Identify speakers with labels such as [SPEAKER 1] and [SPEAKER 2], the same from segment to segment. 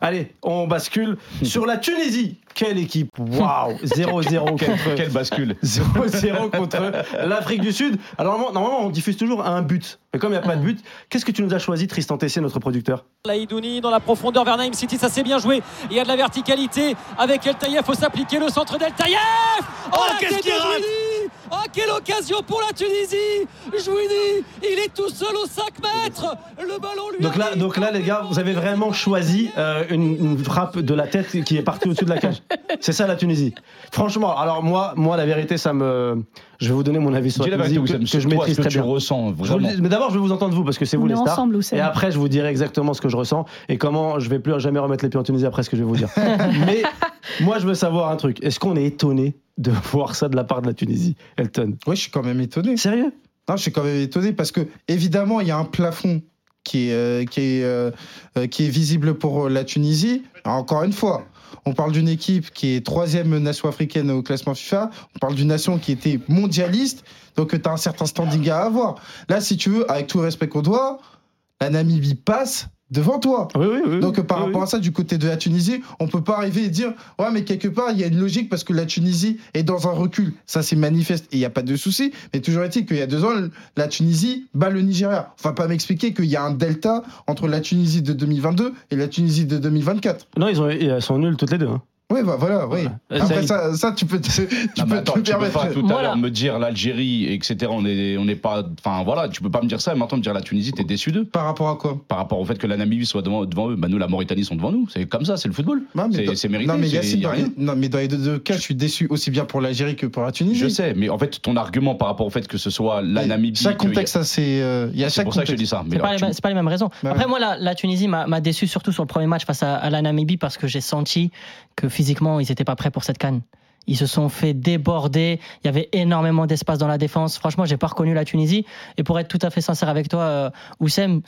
[SPEAKER 1] Allez, on bascule sur la Tunisie. Quelle équipe Waouh 0-0 contre...
[SPEAKER 2] Quelle bascule
[SPEAKER 1] 0-0 contre l'Afrique du Sud. Alors normalement, normalement, on diffuse toujours à un but. Mais comme il n'y a pas de but, qu'est-ce que tu nous as choisi, Tristan Tessier, notre producteur
[SPEAKER 3] Laïdouni dans la profondeur vers Naïm City, ça s'est bien joué. Il y a de la verticalité avec El Taïef, faut s'appliquer le centre d'El Taïef
[SPEAKER 4] Oh, qu'est-ce qu'il rate
[SPEAKER 3] Oh, quelle occasion pour la Tunisie Jouini, il est tout seul aux 5 mètres Le ballon lui
[SPEAKER 1] donc là,
[SPEAKER 3] arrive.
[SPEAKER 1] donc là, les gars, vous avez vraiment choisi euh, une, une frappe de la tête qui est partie au-dessus de la cage. C'est ça la Tunisie. Franchement, alors moi, moi, la vérité, ça me. Je vais vous donner mon avis sur
[SPEAKER 2] Dis
[SPEAKER 1] la
[SPEAKER 2] la vérité,
[SPEAKER 1] Tunisie que,
[SPEAKER 2] Oussem,
[SPEAKER 1] que je
[SPEAKER 2] sur toi,
[SPEAKER 1] maîtrise
[SPEAKER 2] ce que
[SPEAKER 1] très
[SPEAKER 2] tu
[SPEAKER 1] bien.
[SPEAKER 2] ressens,
[SPEAKER 1] Je vous le
[SPEAKER 2] vraiment.
[SPEAKER 1] dis- mais d'abord, je vais vous entendre vous parce que c'est vous
[SPEAKER 5] On est
[SPEAKER 1] les stars.
[SPEAKER 5] ensemble, Oussem.
[SPEAKER 1] et après, je vous dirai exactement ce que je ressens et comment je vais plus jamais remettre les pieds en Tunisie après ce que je vais vous dire. mais moi, je veux savoir un truc. Est-ce qu'on est étonné de voir ça de la part de la Tunisie, Elton
[SPEAKER 6] Ouais, je suis quand même étonné.
[SPEAKER 1] Sérieux
[SPEAKER 6] Non, je suis quand même étonné parce que, évidemment, il y a un plafond qui est, euh, qui est, euh, euh, qui est visible pour euh, la Tunisie. Alors, encore une fois, on parle d'une équipe qui est troisième nation africaine au classement FIFA. On parle d'une nation qui était mondialiste. Donc, tu as un certain standing à avoir. Là, si tu veux, avec tout le respect qu'on doit, la Namibie passe devant toi.
[SPEAKER 1] Oui, oui, oui.
[SPEAKER 6] Donc euh, par
[SPEAKER 1] Oui,
[SPEAKER 6] rapport
[SPEAKER 1] oui.
[SPEAKER 6] à ça, du côté de la Tunisie, on peut pas arriver et dire ouais mais quelque part il y a une logique parce que la Tunisie est dans un recul. Ça c'est manifeste et il y a pas de souci. Mais toujours est-il qu'il y a deux ans la Tunisie bat le Nigeria. Enfin pas m'expliquer qu'il y a un delta entre la Tunisie de 2022 et la Tunisie de 2024.
[SPEAKER 1] Non, ils, ont, ils sont nuls toutes les deux. hein.
[SPEAKER 6] Ouais bah voilà oui.
[SPEAKER 1] Euh,
[SPEAKER 6] Après
[SPEAKER 1] ça-
[SPEAKER 6] ça, ça tu peux te, tu
[SPEAKER 2] Non, mais
[SPEAKER 6] peux
[SPEAKER 2] attends,
[SPEAKER 6] te le
[SPEAKER 2] tu peux
[SPEAKER 6] permettre.
[SPEAKER 2] pas tout à
[SPEAKER 5] Voilà.
[SPEAKER 2] l'heure me dire l'Algérie, etc. On est, on est pas. Enfin voilà, tu peux pas me dire ça et maintenant me dire la Tunisie, t'es déçu d'eux
[SPEAKER 6] Par rapport à quoi
[SPEAKER 2] par rapport au fait que la Namibie soit devant, devant eux. Bah nous, la Mauritanie sont devant nous. C'est comme ça, c'est le football.
[SPEAKER 6] Non, mais
[SPEAKER 2] C'est-
[SPEAKER 6] dans-
[SPEAKER 2] c'est mérité,
[SPEAKER 6] Non mais,
[SPEAKER 2] c'est-
[SPEAKER 6] Yacine,
[SPEAKER 2] y a
[SPEAKER 6] dans les-
[SPEAKER 2] rien.
[SPEAKER 6] non, mais dans les deux, deux cas, je suis déçu aussi bien pour l'Algérie que pour la Tunisie.
[SPEAKER 2] Je sais, mais en fait, ton argument par rapport au fait que ce soit la
[SPEAKER 6] Mais
[SPEAKER 2] Namibie.
[SPEAKER 6] Chaque
[SPEAKER 2] que-
[SPEAKER 6] contexte, ça c'est. euh, Il y a
[SPEAKER 2] C'est
[SPEAKER 6] chaque
[SPEAKER 2] pour ça que je te
[SPEAKER 6] contexte.
[SPEAKER 2] dis ça. Mais
[SPEAKER 7] C'est pas,
[SPEAKER 2] alors,
[SPEAKER 7] les ma-
[SPEAKER 2] tu-
[SPEAKER 7] c'est pas les mêmes raisons.
[SPEAKER 6] Bah
[SPEAKER 7] Après,
[SPEAKER 6] ouais.
[SPEAKER 7] moi, la, la Tunisie m'a m'a déçu surtout sur le premier match face à, à la Namibie parce que j'ai senti que physiquement, ils n'étaient pas prêts pour cette canne. Ils se sont fait déborder. Il y avait énormément d'espace dans la défense. Franchement, j'ai pas reconnu la Tunisie. Et pour être tout à fait sincère avec toi, euh, Oussem,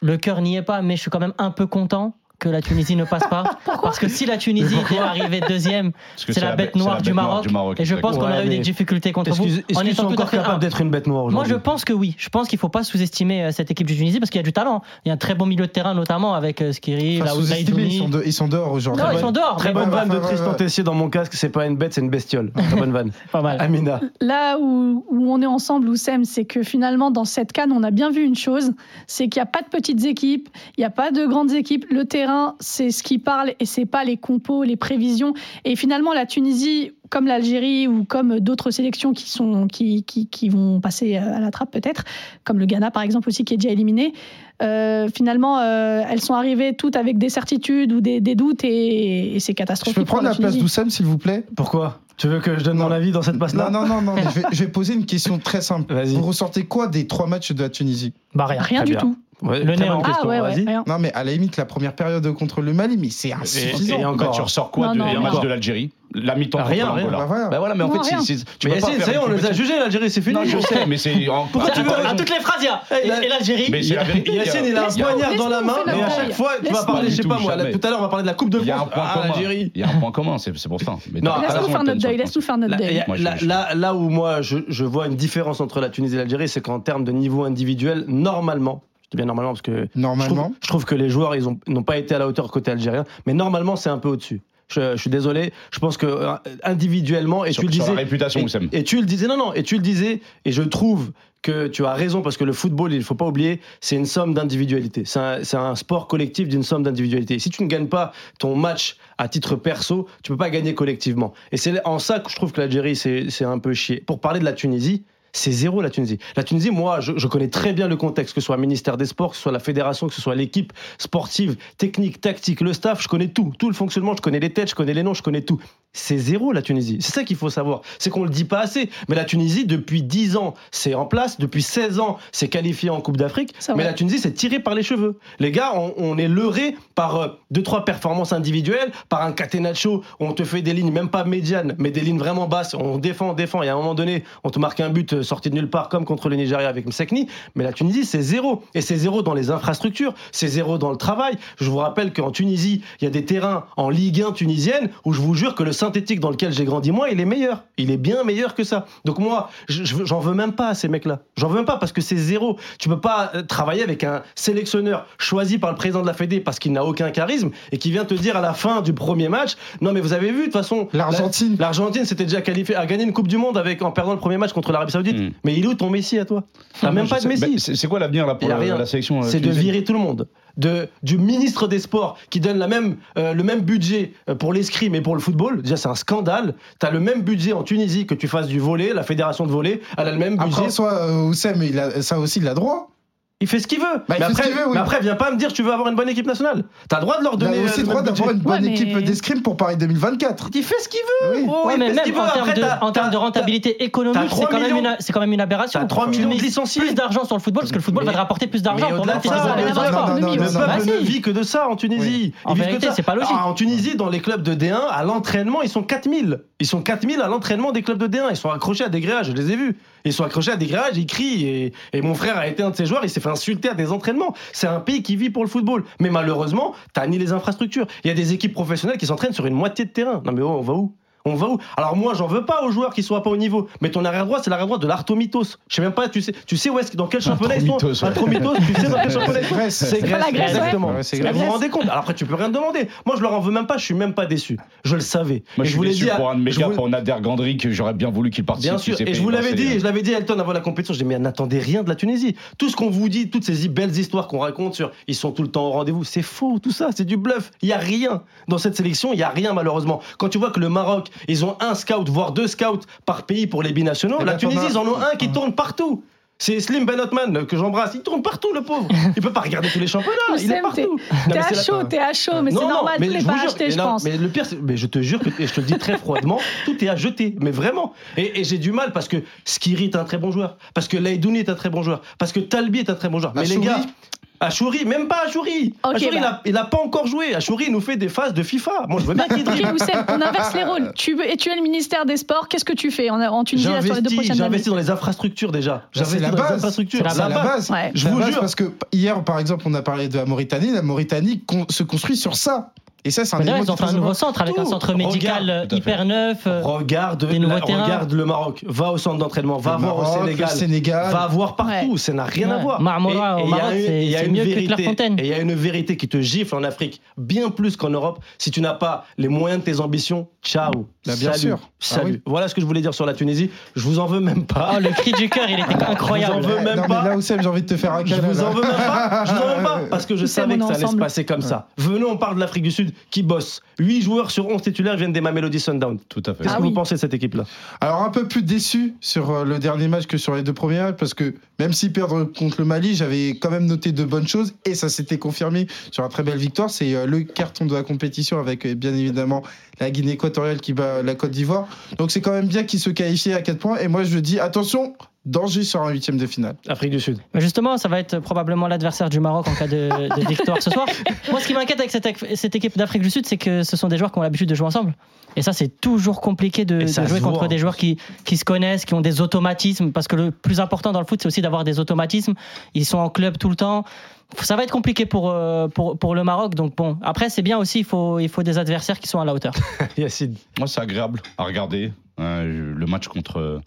[SPEAKER 7] le cœur n'y est pas, mais je suis quand même un peu content que la Tunisie ne passe pas. parce que si la Tunisie était arrivée deuxième,
[SPEAKER 2] parce que
[SPEAKER 7] c'est la, bête noire,
[SPEAKER 2] bête
[SPEAKER 7] du, Maroc, Et je
[SPEAKER 2] exactement.
[SPEAKER 7] pense qu'on
[SPEAKER 1] Ouais,
[SPEAKER 7] aurait eu des
[SPEAKER 1] mais-
[SPEAKER 7] difficultés contre
[SPEAKER 1] Est-ce
[SPEAKER 7] vous.
[SPEAKER 1] qu'ils est-ce qu'ils sont
[SPEAKER 7] tout à
[SPEAKER 1] encore
[SPEAKER 7] fait
[SPEAKER 1] capables
[SPEAKER 7] humbles.
[SPEAKER 1] d'être une bête noire
[SPEAKER 7] Moi,
[SPEAKER 1] aujourd'hui
[SPEAKER 7] je pense que oui. Je pense qu'il ne faut pas sous-estimer euh, cette équipe du Tunisie parce qu'il y a du talent. Il y a un très bon milieu de terrain, notamment avec euh, Skiri,
[SPEAKER 6] Enfin,
[SPEAKER 7] Laouz
[SPEAKER 6] sous-estimé, ils,
[SPEAKER 7] Zaïdouni.
[SPEAKER 6] sont de- ils sont dehors aujourd'hui.
[SPEAKER 7] Non, ils sont dehors.
[SPEAKER 1] Très
[SPEAKER 7] mais
[SPEAKER 1] bonne
[SPEAKER 6] bon,
[SPEAKER 1] vanne de
[SPEAKER 6] ouais, ouais,
[SPEAKER 1] Tristan
[SPEAKER 6] ouais.
[SPEAKER 1] Tessier dans mon casque, c'est pas une bête, c'est une bestiole. Très bonne vanne.
[SPEAKER 7] Pas mal.
[SPEAKER 1] Amina.
[SPEAKER 5] Là où, où on est ensemble, Oussem, c'est que finalement, dans cette canne, on a bien vu une chose c'est qu'il n'y a pas de petites équipes, il n'y a pas de grandes équipes. Le terrain, c'est ce qui parle et c'est pas les compos, les prévisions. Et finalement, la Tunisie, comme l'Algérie ou comme d'autres sélections qui, sont, qui, qui, qui vont passer euh, à la trappe peut-être, comme le Ghana par exemple aussi qui est déjà éliminé, euh, finalement, euh, elles sont arrivées toutes avec des certitudes ou des, des doutes et, et c'est
[SPEAKER 6] Je
[SPEAKER 5] catastrophique.
[SPEAKER 6] peux prendre
[SPEAKER 5] pour
[SPEAKER 6] la place
[SPEAKER 5] Tunisie.
[SPEAKER 6] d'Oussem, s'il vous plaît
[SPEAKER 1] Pourquoi Tu veux que je donne mon
[SPEAKER 6] Non.
[SPEAKER 1] avis dans cette passe-là
[SPEAKER 6] Non, non, non, non. mais je, vais, je vais poser une question très simple.
[SPEAKER 1] Vas-y.
[SPEAKER 6] Vous ressortez quoi des trois matchs de la Tunisie
[SPEAKER 7] Bah, rien.
[SPEAKER 5] Rien
[SPEAKER 1] Très
[SPEAKER 5] du
[SPEAKER 1] bien.
[SPEAKER 5] tout.
[SPEAKER 1] Ouais,
[SPEAKER 7] Le
[SPEAKER 1] très
[SPEAKER 7] néant.
[SPEAKER 1] bonne question,
[SPEAKER 5] ah ouais, ouais,
[SPEAKER 1] vas-y.
[SPEAKER 5] rien.
[SPEAKER 6] Non, mais à la limite, la première période contre le Mali, mais c'est insuffisant.
[SPEAKER 1] Et
[SPEAKER 2] Bah,
[SPEAKER 1] encore.
[SPEAKER 2] tu ressors quoi
[SPEAKER 5] Non,
[SPEAKER 2] du
[SPEAKER 5] non,
[SPEAKER 2] match
[SPEAKER 1] encore.
[SPEAKER 2] de l'algérie La mi-temps
[SPEAKER 1] Ah,
[SPEAKER 2] contre
[SPEAKER 1] rien,
[SPEAKER 2] l'Angola.
[SPEAKER 6] rien. Bah voilà.
[SPEAKER 2] Bah voilà, mais en
[SPEAKER 5] Non,
[SPEAKER 2] fait,
[SPEAKER 5] rien.
[SPEAKER 2] c'est- c'est- tu
[SPEAKER 1] Mais
[SPEAKER 2] peux pas
[SPEAKER 1] Yacine,
[SPEAKER 2] faire
[SPEAKER 1] ça y est,
[SPEAKER 2] une
[SPEAKER 1] on les a
[SPEAKER 2] compétition-
[SPEAKER 1] jugés, l'Algérie, c'est fini.
[SPEAKER 2] Non, je sais, mais c'est. en- Ah,
[SPEAKER 1] Pourquoi Ah, tu veux-
[SPEAKER 2] Attends,
[SPEAKER 7] À toutes les phrases, il y a.
[SPEAKER 1] Eh,
[SPEAKER 7] Et,
[SPEAKER 1] la-
[SPEAKER 7] et l'Algérie.
[SPEAKER 2] Mais c'est la vérité. euh. il y a- hein.
[SPEAKER 1] Yacine, il a un
[SPEAKER 2] il y a-
[SPEAKER 1] poignard
[SPEAKER 5] Laisse-nous,
[SPEAKER 1] dans la
[SPEAKER 5] on
[SPEAKER 1] main,
[SPEAKER 5] fait la
[SPEAKER 1] mais à
[SPEAKER 5] paille.
[SPEAKER 1] chaque fois, tu vas
[SPEAKER 5] Laisse-nous.
[SPEAKER 1] parler, je sais
[SPEAKER 2] Pas
[SPEAKER 1] pas
[SPEAKER 2] du tout,
[SPEAKER 1] moi, là,
[SPEAKER 2] jamais.
[SPEAKER 1] tout à l'heure, on va parler de la Coupe de
[SPEAKER 2] Il y a un
[SPEAKER 1] France
[SPEAKER 2] point
[SPEAKER 1] à
[SPEAKER 2] commun.
[SPEAKER 1] l'Algérie.
[SPEAKER 2] Il y a un point commun, c'est c'est pour ça. Mais
[SPEAKER 1] Non, laisse-nous
[SPEAKER 2] t'as raison,
[SPEAKER 5] Laisse-nous faire
[SPEAKER 2] Antoine,
[SPEAKER 5] notre
[SPEAKER 2] sur
[SPEAKER 5] deuil,
[SPEAKER 2] le
[SPEAKER 5] laisse-nous faire notre
[SPEAKER 1] Là,
[SPEAKER 5] deuil.
[SPEAKER 1] y a-
[SPEAKER 2] Moi, je-
[SPEAKER 1] là-
[SPEAKER 2] je-
[SPEAKER 1] là- là où moi je, je vois une différence entre la Tunisie et l'Algérie, c'est qu'en termes de niveau individuel, normalement, je dis bien normalement parce que je
[SPEAKER 6] Normalement.
[SPEAKER 1] trouve, je trouve que les joueurs ils ont- n'ont pas été à la hauteur côté algérien, mais normalement c'est un peu au-dessus. Je, je suis désolé, je pense que euh, individuellement, et
[SPEAKER 2] Sur-
[SPEAKER 1] tu le
[SPEAKER 2] sur la
[SPEAKER 1] disais,
[SPEAKER 2] réputation,
[SPEAKER 1] et-
[SPEAKER 2] Oussem.
[SPEAKER 1] et, tu le disais, non, non, et tu le disais, et je trouve que tu as raison parce que le football, il ne faut pas oublier, c'est une somme d'individualité. C'est un, c'est un sport collectif d'une somme d'individualité. Si tu ne gagnes pas ton match à titre perso, tu peux pas gagner collectivement. Et c'est en ça que je trouve que l'Algérie, c'est c'est un peu chier. Pour parler de la Tunisie, c'est zéro la Tunisie. La Tunisie, moi, je, je connais très bien le contexte, que ce soit le ministère des Sports, que ce soit la fédération, que ce soit l'équipe sportive, technique, tactique, le staff, je connais tout. Tout le fonctionnement, je connais les têtes, je connais les noms, je connais tout. C'est zéro la Tunisie. C'est ça qu'il faut savoir. C'est qu'on le dit pas assez. Mais la Tunisie, depuis 10 ans, c'est en place. Depuis 16 ans, c'est qualifié en Coupe d'Afrique.
[SPEAKER 5] C'est vrai.
[SPEAKER 1] Mais la Tunisie, c'est tiré par les cheveux. Les gars, on, on est leurré par euh, deux, trois performances individuelles, par un catenaccio où on te fait des lignes, même pas médianes, mais des lignes vraiment basses. On défend, on défend. Et à un moment donné, on te marque un but euh, de sortie de nulle part comme contre le Nigeria avec Msekni, mais la Tunisie c'est zéro et c'est zéro dans les infrastructures, c'est zéro dans le travail. Je vous rappelle qu'en Tunisie, il y a des terrains en Ligue 1 tunisienne où je vous jure que le synthétique dans lequel j'ai grandi moi, il est meilleur, il est bien meilleur que ça. Donc moi, je- je- j'en veux même pas à ces mecs-là. J'en veux même pas parce que c'est zéro. Tu peux pas euh, travailler avec un sélectionneur choisi par le président de la Fédé parce qu'il n'a aucun charisme et qui vient te dire à la fin du premier match, non mais vous avez vu de toute façon
[SPEAKER 6] L'Argentine.
[SPEAKER 1] la- L'Argentine s'était déjà qualifiée à gagner une Coupe du Monde avec en perdant le premier match contre l'Arabie Saoudite.
[SPEAKER 7] Hmm.
[SPEAKER 2] Mm.
[SPEAKER 1] Mais il est où ton Messi à toi
[SPEAKER 7] Ah,
[SPEAKER 1] T'as même
[SPEAKER 2] Je
[SPEAKER 1] pas de
[SPEAKER 2] sais-
[SPEAKER 7] Bah,
[SPEAKER 2] ben,
[SPEAKER 1] Messi.
[SPEAKER 2] c'est- C'est quoi l'avenir là pour
[SPEAKER 1] Il y a
[SPEAKER 2] la,
[SPEAKER 1] rien.
[SPEAKER 2] la sélection euh,
[SPEAKER 1] C'est de
[SPEAKER 2] tunisienne
[SPEAKER 1] virer tout le monde. De, du ministre des Sports qui donne la même, euh, le même budget euh, pour l'escrime et pour le football. Déjà, c'est un scandale. T'as le même budget en Tunisie que tu fasses du volet, la fédération de volet, elle a le même budget.
[SPEAKER 6] Après, soit euh, Oussem, il a, ça aussi, il a droit.
[SPEAKER 1] il fait ce qu'il veut.
[SPEAKER 6] Bah, il
[SPEAKER 1] mais,
[SPEAKER 6] fait ce
[SPEAKER 1] après,
[SPEAKER 6] qu'il veut, oui.
[SPEAKER 1] mais après, viens pas me dire tu veux avoir une bonne équipe nationale. T'as le droit de leur
[SPEAKER 6] Il
[SPEAKER 1] donner.
[SPEAKER 6] a
[SPEAKER 1] euh,
[SPEAKER 6] aussi
[SPEAKER 1] le
[SPEAKER 6] le droit
[SPEAKER 1] même budget.
[SPEAKER 6] d'avoir une bonne
[SPEAKER 5] Ouais, mais-
[SPEAKER 6] équipe d'escrime pour Paris 2024.
[SPEAKER 1] Il fait ce qu'il veut.
[SPEAKER 6] Oui.
[SPEAKER 1] Oh,
[SPEAKER 7] Ouais,
[SPEAKER 1] il
[SPEAKER 7] mais
[SPEAKER 1] fait ce
[SPEAKER 7] même
[SPEAKER 1] qu'il
[SPEAKER 7] en
[SPEAKER 1] veut.
[SPEAKER 7] termes
[SPEAKER 1] Après,
[SPEAKER 7] de,
[SPEAKER 1] t'as-
[SPEAKER 7] en termes de
[SPEAKER 1] t'as-
[SPEAKER 7] rentabilité économique,
[SPEAKER 1] trois
[SPEAKER 7] c'est quand, même
[SPEAKER 1] millions-
[SPEAKER 7] une- c'est quand même une aberration.
[SPEAKER 1] T'as 3
[SPEAKER 7] Tu
[SPEAKER 1] millions de
[SPEAKER 7] mises
[SPEAKER 1] licenciés.
[SPEAKER 7] plus d'argent sur le football parce que le football va te rapporter plus d'argent.
[SPEAKER 1] Mais
[SPEAKER 7] Pour
[SPEAKER 1] au-delà
[SPEAKER 7] moi,
[SPEAKER 1] de
[SPEAKER 7] c'est
[SPEAKER 1] ça,
[SPEAKER 7] ça,
[SPEAKER 1] on est
[SPEAKER 7] la
[SPEAKER 1] pas- non,
[SPEAKER 7] bonne part.
[SPEAKER 5] non, non,
[SPEAKER 1] Le
[SPEAKER 5] non,
[SPEAKER 1] peuple
[SPEAKER 7] Bah,
[SPEAKER 1] ne
[SPEAKER 7] si.
[SPEAKER 1] vit que de ça en Tunisie.
[SPEAKER 7] En
[SPEAKER 1] Ils vivent
[SPEAKER 7] vérité,
[SPEAKER 1] que de ça.
[SPEAKER 7] c'est pas logique.
[SPEAKER 1] Ah, en Tunisie, dans les clubs de D1, à l'entraînement, ils sont 4000. Ils sont 4000 à l'entraînement des clubs de D1. Ils sont accrochés à des gréages, je les ai vus. Ils sont accrochés à des gréages, ils crient. Et, et mon frère a été un de ces joueurs, il s'est fait insulter à des entraînements. C'est un pays qui vit pour le football. Mais malheureusement, t'as ni les infrastructures. Il y a des équipes professionnelles qui s'entraînent sur une moitié de terrain. Non mais oh, on va où on va où Alors moi, j'en veux pas aux joueurs qui soient pas au niveau. Mais ton arrière droit, c'est l'arrière droit de l'Artomitos. Je sais même pas. Tu sais, tu sais où est-ce que- dans quel championnat ils sont
[SPEAKER 2] Artomitos, ouais.
[SPEAKER 1] Artomitos, tu sais dans quel championnat ils sont
[SPEAKER 6] Grèce.
[SPEAKER 1] C'est
[SPEAKER 6] Pas
[SPEAKER 1] Grèce.
[SPEAKER 5] la Grèce, ouais.
[SPEAKER 1] exactement.
[SPEAKER 6] Ouais, c'est
[SPEAKER 1] Mais
[SPEAKER 6] Grèce.
[SPEAKER 1] vous vous rendez compte Alors après, tu peux rien demander. Moi, je leur en veux même pas. Je suis même pas déçu. Je le savais.
[SPEAKER 2] Moi,
[SPEAKER 1] Et
[SPEAKER 2] je
[SPEAKER 1] vous
[SPEAKER 2] suis
[SPEAKER 1] l'ai
[SPEAKER 2] déçu
[SPEAKER 1] dit à-
[SPEAKER 2] pour un de mes
[SPEAKER 1] je
[SPEAKER 2] gars,
[SPEAKER 1] vous-
[SPEAKER 2] pour Nader Gandry, que j'aurais bien voulu qu'il participe.
[SPEAKER 1] Bien
[SPEAKER 2] il
[SPEAKER 1] sûr,
[SPEAKER 2] s'est
[SPEAKER 1] et
[SPEAKER 2] fait
[SPEAKER 1] je vous l'avais
[SPEAKER 2] brasser,
[SPEAKER 1] dit, et
[SPEAKER 2] euh.
[SPEAKER 1] je l'avais dit à Elton avant la compétition, j'ai dit mais n'attendez rien de la Tunisie. Tout ce qu'on vous dit, toutes ces belles histoires qu'on raconte sur ils sont tout le temps au rendez-vous, c'est faux tout ça, c'est du bluff. Il y a rien dans cette sélection, il y a rien malheureusement. Quand tu vois que le Maroc, ils ont un scout voire deux scouts par pays pour les binationaux,
[SPEAKER 6] Et
[SPEAKER 1] la
[SPEAKER 6] ben,
[SPEAKER 1] Tunisie,
[SPEAKER 6] t'en as-
[SPEAKER 1] ils en ont un qui tourne partout. C'est Slim Ben Othman que j'embrasse, il tourne partout le pauvre. Il peut pas regarder tous les championnats, il est
[SPEAKER 5] Oussem,
[SPEAKER 1] partout.
[SPEAKER 5] t'es-
[SPEAKER 1] Non, mais
[SPEAKER 5] T'es à
[SPEAKER 1] c'est la-
[SPEAKER 5] chaud, t'es à chaud, mais c'est normal, tu
[SPEAKER 1] je
[SPEAKER 5] l'es
[SPEAKER 1] vous
[SPEAKER 5] pas
[SPEAKER 1] jure,
[SPEAKER 5] acheté,
[SPEAKER 1] mais
[SPEAKER 5] je
[SPEAKER 1] non,
[SPEAKER 5] pense.
[SPEAKER 1] Mais le pire, c'est- mais je te jure que et je te le dis très froidement, tout est à jeter, mais vraiment. Et, et j'ai du mal parce que Skiri est un très bon joueur, parce que Leidouni est un très bon joueur, parce que Talbi est un très bon joueur. Mais les
[SPEAKER 6] Achouri.
[SPEAKER 1] gars, Achouri, même pas Achouri.
[SPEAKER 5] Ok,
[SPEAKER 1] Achouri,
[SPEAKER 5] bah.
[SPEAKER 1] il a- il a pas encore joué. Achouri il nous fait des phases de FIFA. Moi, je veux bien qu'il
[SPEAKER 5] Ok,
[SPEAKER 1] dribble.
[SPEAKER 5] Oussem, on inverse les rôles. Tu veux, et tu es le ministère des Sports, qu'est-ce que tu fais en, en Tunisie là, sur les deux
[SPEAKER 1] J'investis,
[SPEAKER 5] prochaines années
[SPEAKER 1] j'investis dans les infrastructures déjà. J'investis
[SPEAKER 6] Bah, c'est la
[SPEAKER 1] dans les
[SPEAKER 6] base.
[SPEAKER 1] infrastructures.
[SPEAKER 7] C'est la
[SPEAKER 6] C'est Ah, bah, la base.
[SPEAKER 5] Ouais.
[SPEAKER 6] Je vous jure. Parce que hier, par exemple, on a parlé de la Mauritanie. La Mauritanie con- se construit sur ça. Et ça, c'est un
[SPEAKER 7] Mais d'ailleurs,
[SPEAKER 6] élément
[SPEAKER 7] ils ont
[SPEAKER 6] qui est
[SPEAKER 7] fait un
[SPEAKER 6] très
[SPEAKER 7] nouveau
[SPEAKER 6] important.
[SPEAKER 7] centre avec un
[SPEAKER 1] Tout.
[SPEAKER 7] centre médical euh,
[SPEAKER 2] tout à fait.
[SPEAKER 7] hyper neuf. euh,
[SPEAKER 1] Regarde,
[SPEAKER 7] Des nouveaux
[SPEAKER 1] la-
[SPEAKER 7] terrains.
[SPEAKER 1] regarde le Maroc, va au centre d'entraînement, va
[SPEAKER 6] Le
[SPEAKER 1] voir
[SPEAKER 6] Maroc,
[SPEAKER 1] au
[SPEAKER 6] le
[SPEAKER 1] Sénégal,
[SPEAKER 6] Sénégal.
[SPEAKER 1] va voir partout,
[SPEAKER 5] Ouais.
[SPEAKER 1] ça n'a rien à
[SPEAKER 7] Ouais.
[SPEAKER 1] voir.
[SPEAKER 7] Marmora,
[SPEAKER 1] Et- et
[SPEAKER 7] au
[SPEAKER 1] il y a
[SPEAKER 7] Maroc,
[SPEAKER 1] une-
[SPEAKER 7] c'est-
[SPEAKER 1] il y a
[SPEAKER 7] c'est
[SPEAKER 1] une
[SPEAKER 7] mieux que
[SPEAKER 1] vérité-
[SPEAKER 7] Clairefontaine.
[SPEAKER 1] Et il y a une vérité qui te gifle en Afrique, bien plus qu'en Europe. Si tu n'as pas les moyens de tes ambitions, ciao.
[SPEAKER 6] Bah, bien
[SPEAKER 1] Salut.
[SPEAKER 6] sûr. Ah
[SPEAKER 1] Salut.
[SPEAKER 6] oui.
[SPEAKER 1] Voilà ce que je voulais dire sur la Tunisie. Je vous en veux même pas.
[SPEAKER 7] Oh, le cri du cœur, il était
[SPEAKER 1] Je
[SPEAKER 7] incroyable.
[SPEAKER 1] vous en veux
[SPEAKER 6] Ouais,
[SPEAKER 1] même
[SPEAKER 6] non,
[SPEAKER 1] pas.
[SPEAKER 6] mais là, Oussem, j'ai envie de te faire un
[SPEAKER 1] Je
[SPEAKER 6] câlin.
[SPEAKER 1] vous en
[SPEAKER 6] là.
[SPEAKER 1] veux même pas, je vous en veux même pas, parce que je
[SPEAKER 5] Nous
[SPEAKER 1] savais
[SPEAKER 5] sommes
[SPEAKER 1] que ça allait se
[SPEAKER 5] ensemble.
[SPEAKER 1] passer comme ça. Venons, on parle de l'Afrique du Sud qui bosse. 8 joueurs sur 11 titulaires viennent des Mamelody Sundown.
[SPEAKER 2] Tout à fait.
[SPEAKER 1] Qu'est-ce
[SPEAKER 5] Ah
[SPEAKER 1] que vous
[SPEAKER 5] oui.
[SPEAKER 1] pensez de cette équipe-là
[SPEAKER 6] Alors, un peu plus déçu sur euh, le dernier match que sur les deux premiers matchs, parce que même si perdre contre le Mali, j'avais quand même noté de bonnes choses, et ça s'était confirmé sur la très belle victoire. C'est euh, le carton de la compétition avec, euh, bien évidemment, la Guinée équatoriale qui bat la Côte d'Ivoire. Donc, c'est quand même bien qu'ils se qualifient à 4 points. Et moi, je dis, attention, danger sur un huitième de finale.
[SPEAKER 1] Afrique du Sud.
[SPEAKER 7] Mais Bah, Justement, ça va être probablement l'adversaire du Maroc en cas de, de victoire ce soir. Moi, ce qui m'inquiète avec cette, équ- cette équipe d'Afrique du Sud, c'est que ce sont des joueurs qui ont l'habitude de jouer ensemble. Et ça, c'est toujours compliqué de,
[SPEAKER 1] Et ça
[SPEAKER 7] de
[SPEAKER 1] se
[SPEAKER 7] jouer
[SPEAKER 1] voit,
[SPEAKER 7] contre
[SPEAKER 1] hein.
[SPEAKER 7] des joueurs qui, qui se connaissent, qui ont des automatismes. Parce que le plus important dans le foot, c'est aussi d'avoir des automatismes. Ils sont en club tout le temps. Ça va être compliqué pour, euh, pour, pour le Maroc. Donc bon, après, c'est bien aussi, il faut, il faut des adversaires qui sont à la hauteur.
[SPEAKER 1] Yacine.
[SPEAKER 2] Moi, c'est agréable à regarder. hein, je- le match contre,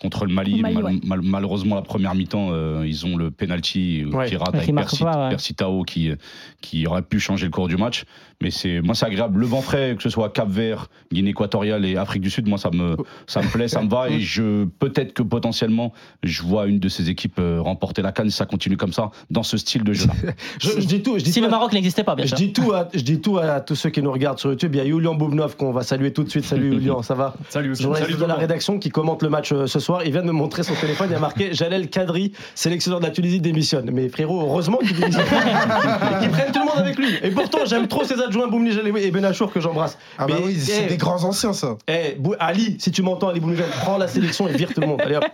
[SPEAKER 2] contre le Mali,
[SPEAKER 5] Le Mali,
[SPEAKER 2] mal-
[SPEAKER 5] ouais.
[SPEAKER 2] mal- malheureusement, la première mi-temps, euh, ils ont le penalty euh,
[SPEAKER 1] Ouais.
[SPEAKER 2] qui rate
[SPEAKER 7] Qui
[SPEAKER 2] avec
[SPEAKER 7] marque
[SPEAKER 2] Persi,
[SPEAKER 7] pas, ouais.
[SPEAKER 2] Persi Tao qui, qui aurait pu changer le cours du match. Mais c'est, moi, c'est agréable. Le vent frais, que ce soit Cap Vert, Guinée équatoriale et Afrique du Sud, moi, ça me, ça me plaît, ça me va. Et je, peut-être que potentiellement, je vois une de ces équipes euh, remporter la canne si ça continue comme ça, dans ce style de jeu-là.
[SPEAKER 1] Je, je dis tout. Je dis
[SPEAKER 7] Si
[SPEAKER 1] tout
[SPEAKER 7] le
[SPEAKER 1] à-
[SPEAKER 7] Maroc n'existait pas, bien
[SPEAKER 1] Je
[SPEAKER 7] sûr.
[SPEAKER 1] dis, tout à, je dis tout à tous ceux qui nous regardent sur YouTube. Il y a Julian Boubnov qu'on va saluer tout de suite. Salut Julian, ça va
[SPEAKER 8] Salut,
[SPEAKER 1] Journaliste de la rédaction qui commente le match euh, ce soir. Il vient de me montrer son téléphone. Il y a marqué Jalel Kadri, sélectionneur de la Tunisie, démissionne. Mais frérot, heureusement qu'il démissionne. et qu'il prenne tout le monde avec lui. Et pourtant, j'aime trop ses adjoints Boumni Jalel et Benachour que j'embrasse.
[SPEAKER 6] Ah, bah
[SPEAKER 1] Mais,
[SPEAKER 6] oui, c'est
[SPEAKER 1] eh,
[SPEAKER 6] des grands anciens, ça.
[SPEAKER 1] eh, Bou- Ali, si tu m'entends, Ali Boumni prends la sélection et vire tout le monde. Allez hop.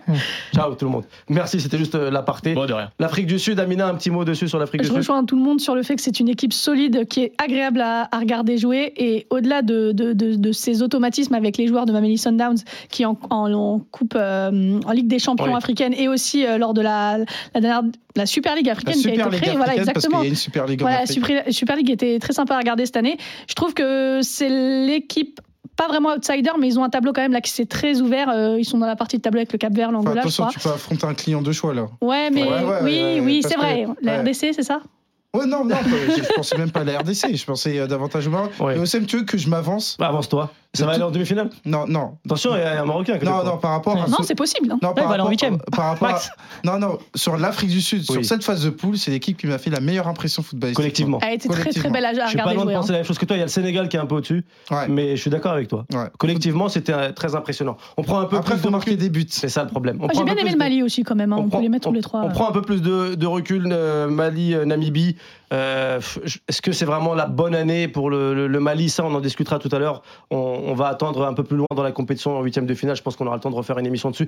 [SPEAKER 1] Ciao tout le monde. Merci, c'était juste euh, l'aparté.
[SPEAKER 8] Bon, de rien.
[SPEAKER 1] L'Afrique du Sud, Amina, un petit mot dessus sur l'Afrique du
[SPEAKER 5] Je
[SPEAKER 1] Sud.
[SPEAKER 5] rejoins tout le monde sur le fait que c'est une équipe solide qui est agréable à, à regarder jouer et au-delà de, de, de- de ces automatismes avec les joueurs de Mameli Sundowns qui en, en- en coupe euh, euh, en Ligue des Champions
[SPEAKER 1] Ouais.
[SPEAKER 5] africaine et aussi euh, lors de la, la dernière la Super League
[SPEAKER 6] La
[SPEAKER 5] africaine qui a
[SPEAKER 6] Super
[SPEAKER 5] été
[SPEAKER 6] League
[SPEAKER 5] créée. Voilà,
[SPEAKER 6] africaine, parce qu'il
[SPEAKER 5] exactement.
[SPEAKER 6] y a une Super League en
[SPEAKER 5] Voilà, la
[SPEAKER 6] Afrique.
[SPEAKER 5] Super, Super League était très sympa à regarder cette année. Je trouve que c'est l'équipe pas vraiment outsider, mais ils ont un tableau quand même là qui s'est très ouvert. Euh, Ils sont dans la partie de tableau avec le Cap Vert,
[SPEAKER 6] Enfin,
[SPEAKER 5] l'Angola, je
[SPEAKER 6] attention,
[SPEAKER 5] crois.
[SPEAKER 6] tu peux affronter un client de choix là.
[SPEAKER 5] Ouais, mais
[SPEAKER 6] Ouais, ouais,
[SPEAKER 5] oui,
[SPEAKER 6] ouais,
[SPEAKER 5] oui,
[SPEAKER 6] parce
[SPEAKER 5] c'est vrai.
[SPEAKER 6] que-
[SPEAKER 5] La
[SPEAKER 6] ouais.
[SPEAKER 5] RDC, c'est ça
[SPEAKER 6] Ouais, non, non, je, je pensais même pas à la RDC, je pensais euh, davantage au Maroc.
[SPEAKER 1] Ouais.
[SPEAKER 6] Mais Oussem, tu veux que je m'avance
[SPEAKER 1] Bah, avance-toi. Ça
[SPEAKER 6] De
[SPEAKER 1] va
[SPEAKER 6] tout-
[SPEAKER 1] aller en demi-finale
[SPEAKER 6] Non, non.
[SPEAKER 1] Attention, il y a un Marocain. quelque
[SPEAKER 6] Non,
[SPEAKER 1] part.
[SPEAKER 6] non, par rapport à.
[SPEAKER 5] Non,
[SPEAKER 6] ce-
[SPEAKER 5] c'est possible. hein.
[SPEAKER 6] Non,
[SPEAKER 7] il va aller en
[SPEAKER 6] rapport,
[SPEAKER 7] huitième.
[SPEAKER 6] par rapport à-
[SPEAKER 7] Max.
[SPEAKER 6] Non, non, sur l'Afrique du Sud,
[SPEAKER 1] Oui.
[SPEAKER 6] sur cette phase de poule, c'est l'équipe qui m'a fait la meilleure impression footballistique.
[SPEAKER 1] Collectivement.
[SPEAKER 5] Elle était très très
[SPEAKER 6] Collectivement.
[SPEAKER 5] belle à, à
[SPEAKER 1] Je suis pas
[SPEAKER 5] regarder
[SPEAKER 1] loin de
[SPEAKER 5] Eh, jouer. hein.
[SPEAKER 1] penser la même chose que toi. Il y a le Sénégal qui est un peu au-dessus,
[SPEAKER 6] Ouais.
[SPEAKER 1] mais je suis d'accord avec toi.
[SPEAKER 6] ouais.
[SPEAKER 1] Collectivement, c'était euh, très impressionnant. On prend un peu
[SPEAKER 6] Après,
[SPEAKER 1] plus
[SPEAKER 6] faut
[SPEAKER 1] de
[SPEAKER 6] marquer
[SPEAKER 1] recul.
[SPEAKER 6] des buts.
[SPEAKER 1] C'est ça le problème. On
[SPEAKER 5] Ah,
[SPEAKER 1] prend
[SPEAKER 5] J'ai
[SPEAKER 1] un
[SPEAKER 5] bien
[SPEAKER 1] peu
[SPEAKER 5] aimé
[SPEAKER 1] plus
[SPEAKER 5] le
[SPEAKER 1] de-
[SPEAKER 5] Mali aussi quand même. hein. On, peut
[SPEAKER 1] prend-
[SPEAKER 5] les mettre tous
[SPEAKER 1] on-
[SPEAKER 5] les trois.
[SPEAKER 1] on prend un peu plus de, de recul, euh, Mali, euh, Namibie. Euh, pff, je- Est-ce que c'est vraiment la bonne année pour le, le- le Mali Ça, on en discutera tout à l'heure. On, on va attendre un peu plus loin dans la compétition en huitième de finale. Je pense qu'on aura le temps de refaire une émission dessus.